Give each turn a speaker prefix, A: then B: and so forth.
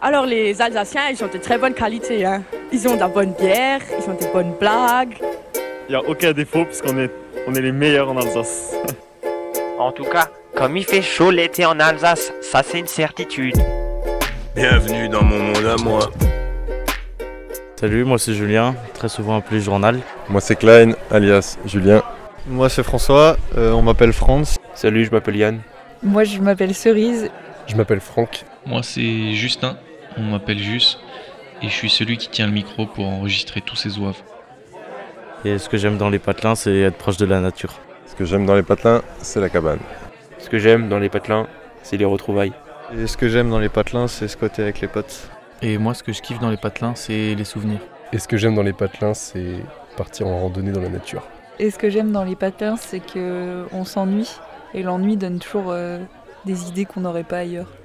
A: Alors, les Alsaciens, ils ont de très bonnes qualités. Hein. Ils ont de la bonne bière, ils ont des bonnes blagues.
B: Il n'y a aucun défaut puisqu'on est, on est les meilleurs en Alsace.
C: En tout cas, comme il fait chaud l'été en Alsace, ça c'est une certitude.
D: Bienvenue dans mon monde à moi.
E: Salut, moi c'est Julien, très souvent appelé Journal.
F: Moi c'est Klein, alias Julien.
G: Moi c'est François, euh, on m'appelle France.
H: Salut, je m'appelle Yann.
I: Moi je m'appelle Cerise.
J: Je m'appelle Franck.
K: Moi c'est Justin, on m'appelle Jus, et je suis celui qui tient le micro pour enregistrer tous ces ouaves.
E: Et ce que j'aime dans les patelins, c'est être proche de la nature.
F: Ce que j'aime dans les patelins, c'est la cabane.
H: Ce que j'aime dans les patelins, c'est les retrouvailles.
G: Et ce que j'aime dans les patelins, c'est ce côté avec les potes.
L: Et moi, ce que je kiffe dans les patelins, c'est les souvenirs.
J: Et ce que j'aime dans les patelins, c'est partir en randonnée dans la nature.
I: Et ce que j'aime dans les patins, c'est que on s'ennuie et l'ennui donne toujours euh, des idées qu'on n'aurait pas ailleurs.